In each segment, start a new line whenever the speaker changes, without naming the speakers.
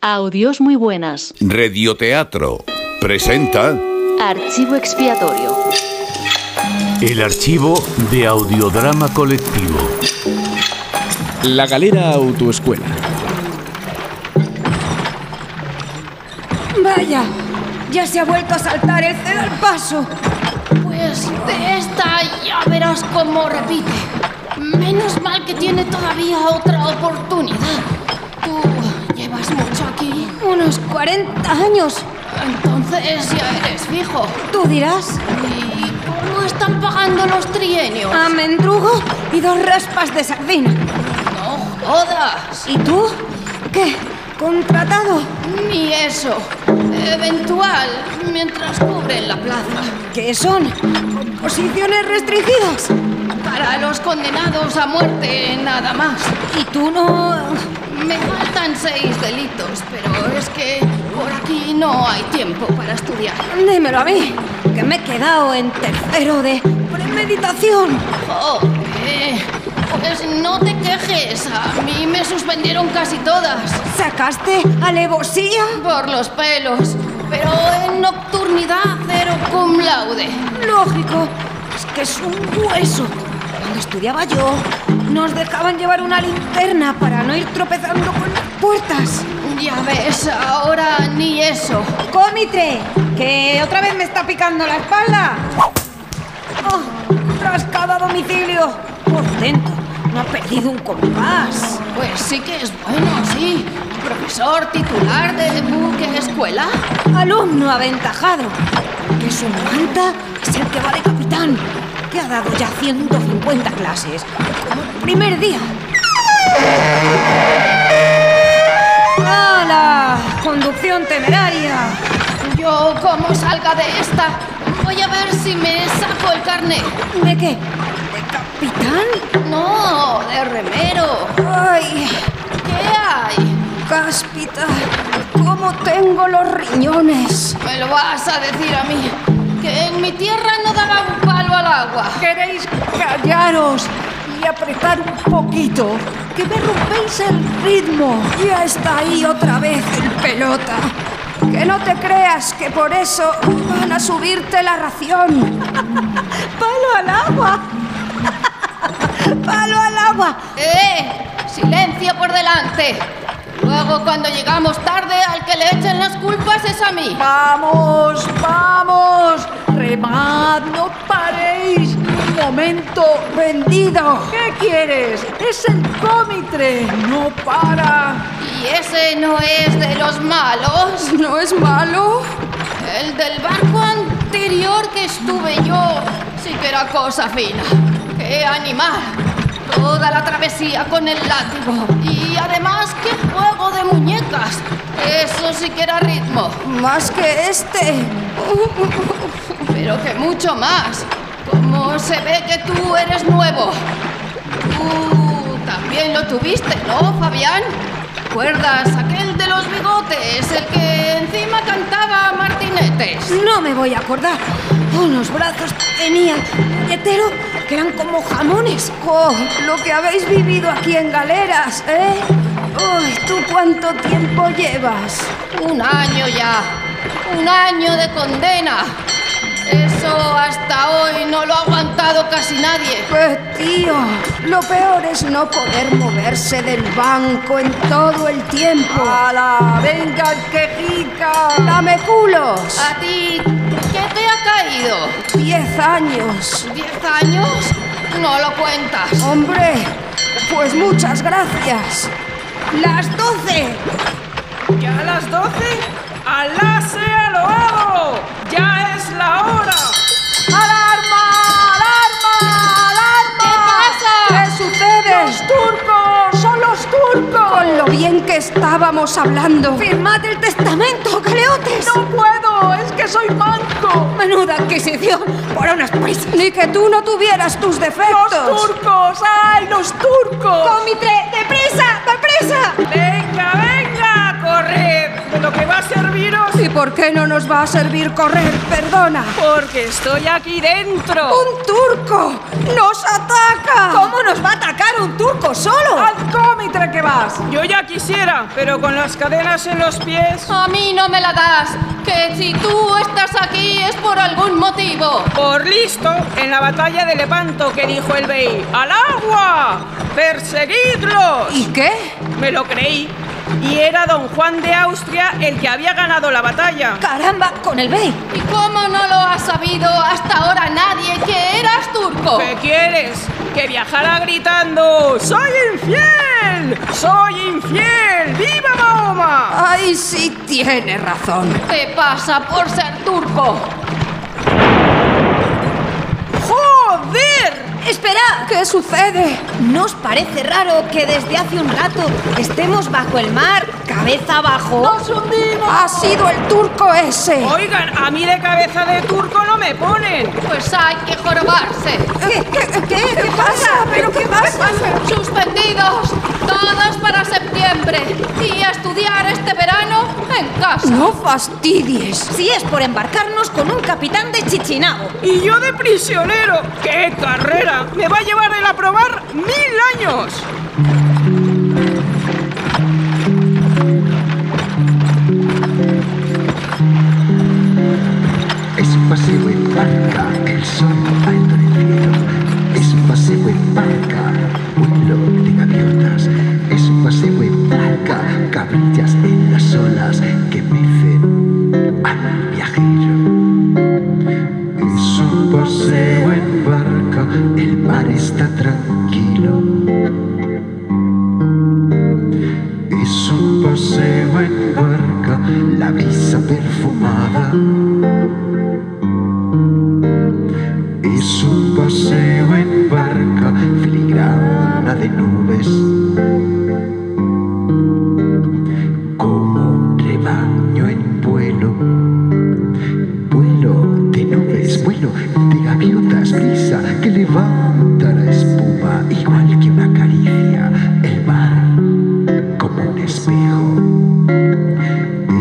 Audios muy buenas.
Radioteatro presenta
Archivo expiatorio.
El archivo de audiodrama colectivo.
La Galera Autoescuela.
Vaya, ya se ha vuelto a saltar el cedo al paso.
Pues de esta ya verás cómo repite. Menos mal que tiene todavía otra oportunidad. Tú llevas mucho aquí.
Unos 40 años,
Entonces ya eres fijo.
tú dirás.
¿Y cómo están pagando los trienios?
A mendrugo y dos raspas de sardina.
No jodas.
¿Y tú? ¿Qué? ¿Contratado?
Ni eso. Eventual, mientras cubren la plaza.
¿Qué son? ¿Posiciones restringidas?
Para los condenados a muerte, nada más.
¿Y tú no...?
Me faltan seis delitos, pero es que por aquí no hay tiempo para estudiar.
Dímelo a mí, que me he quedado en tercero de premeditación.
Joder, pues no te quejes. A mí me suspendieron casi todas.
¿Sacaste alevosía?
Por los pelos. Pero en nocturnidad cero cum laude.
Lógico, es que es un hueso. Cuando estudiaba yo, nos dejaban llevar una linterna para no ir tropezando con las puertas.
Ya ves, ahora ni eso.
¡Cómitre! ¡Que otra vez me está picando la espalda! Oh, tras cada domicilio. Por dentro, no ha perdido un compás.
Pues sí que es bueno, sí. Profesor titular de buque escuela.
Alumno aventajado. Que su manta es el que va de capitán. Que ha dado ya 150 clases. Como el primer día. ¡Hala! Conducción temeraria.
Yo, como salga de esta, voy a ver si me saco el carnet.
¿De qué? ¿De capitán?
No, de remero.
¡Ay!
¿Qué hay?
Cáspita, ¿cómo tengo los riñones?
Me lo vas a decir a mí. Que en mi tierra no daba un palo al agua.
¿Queréis callaros y apretar un poquito? Que me rompéis el ritmo. Ya está ahí otra vez el pelota. Que no te creas que por eso van a subirte la ración. ¡Palo al agua! ¡Palo al agua!
¡Eh! ¡Silencio por delante! Luego, cuando llegamos tarde, al que le echen las culpas es a mí.
Vamos, vamos, remad, no paréis. Un momento,
¡Vendido!
¿qué quieres? Es el cómitre, no para.
¿Y ese no es de los malos?
¿No es malo?
El del barco anterior que estuve yo sí que era cosa fina. ¡Qué animal! Toda la travesía con el látigo. Y además, qué juego de muñecas. Eso sí que era ritmo.
Más que este.
Pero que mucho más. Como se ve que tú eres nuevo. Tú también lo tuviste, ¿no, Fabián? ¿Recuerdas aquel de los bigotes, el que encima cantaba martinetes?
No me voy a acordar. Unos brazos tenían hetero que eran como jamones. Oh, lo que habéis vivido aquí en galeras, ¿eh? Uy, ¿tú cuánto tiempo llevas?
Un año ya. Un año de condena. Eso hasta hoy no lo ha aguantado casi nadie.
Pues tío, lo peor es no poder moverse del banco en todo el tiempo.
¡Hala! ¡Venga, Ah. quejica!
¡Dame culos!
¿A ti qué te ha caído?
Diez años.
¿Diez años? No lo cuentas.
Hombre, pues muchas gracias. Las doce.
¿Ya a las 12? ¡Alá sea loado! ¡Ya es la hora! ¡Alarma! ¡Alarma! ¡Alarma!
¿Qué sucede?
¡Los turcos! ¡Son los turcos!
Con lo bien que estábamos hablando. Firmad el testamento, Cleotes.
¡No puedo! ¡Es que soy manco!
Menuda adquisición por unas prisas. Ni que tú no tuvieras tus defectos.
¡Los turcos! ¡Ay, los turcos!
¡Cómitre! ¡Deprisa! ¡Deprisa!
¡Venga, venga! ¡Corred! De lo que va a serviros
¿Y ¿Por qué no nos va a servir correr? Perdona.
Porque estoy aquí dentro.
¡Un turco! ¡Nos ataca!
¿Cómo nos va a atacar un turco solo?
¡Al cómitre que vas!
Yo ya quisiera, pero con las cadenas en los pies.
A mí no me la das. Que si tú estás aquí es por algún motivo.
Por listo, en la batalla de Lepanto que dijo el bey, ¡al agua! ¡Perseguidlos!
¿Y qué?
Me lo creí. Y era don Juan de Austria el que había ganado la batalla.
¡Caramba! ¡Con el bey!
¿Y cómo no lo ha sabido hasta ahora nadie que eras turco?
¿Qué quieres? Que viajara gritando, ¡Soy infiel! ¡Soy infiel! ¡Viva Mahoma!
¡Ay, sí tiene razón!
Te pasa por ser turco.
¡Joder!
¡Espera! ¿Qué sucede?
¿No os parece raro que desde hace un rato estemos bajo el mar, cabeza abajo?
¡Ha sido el turco ese!
Oigan, a mí de cabeza de turco no me ponen.
Pues hay que jorobarse.
¿Qué, qué, qué, qué pasa? ¿Pero qué pasa?
Suspendidos. Todos para septiembre. Y a estudiar este verano en casa.
¡No fastidies!
Si es por embarcarnos con un capitán de chichinabo.
Y yo de prisionero. ¡Qué carrera! Me va a llevar el aprobar mil años.
Es pasivo y parca, el sol alto en el cielo. Es pasivo y parca, vuelo de gaviotas. Es pasivo y parca, cabrillas en las olas que mecen al viajero. Es un paseo en barca, el mar está tranquilo. Es un paseo en barca, la brisa perfumada. Es un paseo en barca, filigrana de nubes. Como un rebaño en vuelo. Vuelo de nubes, vuelo de gaviotas, brisa que levanta la espuma, igual que una caricia. El mar, como un espejo.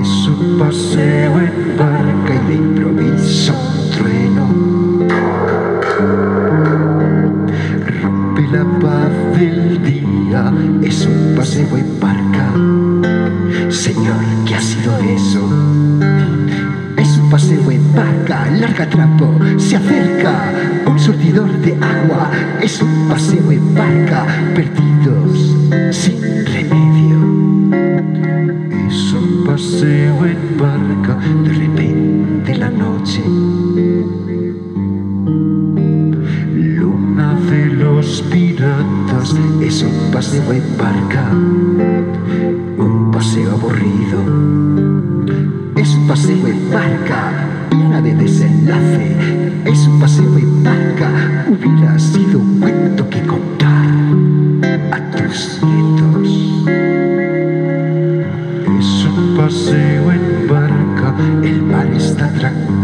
Es un paseo en barca y de improviso un trueno. Rompe la paz del día, es un paseo en barca. Señor, ¿qué ha sido eso? Es un paseo en barca, larga trapo, se acerca un surtidor de agua. Es un paseo en barca, perdidos sin remedio. Es un paseo en barca, de repente la noche. Luna de los piratas es un paseo en barca, un paseo aburrido. Es un paseo en barca, plena de desenlace. Es un paseo en barca, hubiera sido un cuento que contar a tus nietos. Es un paseo en barca, el mar está tranquilo.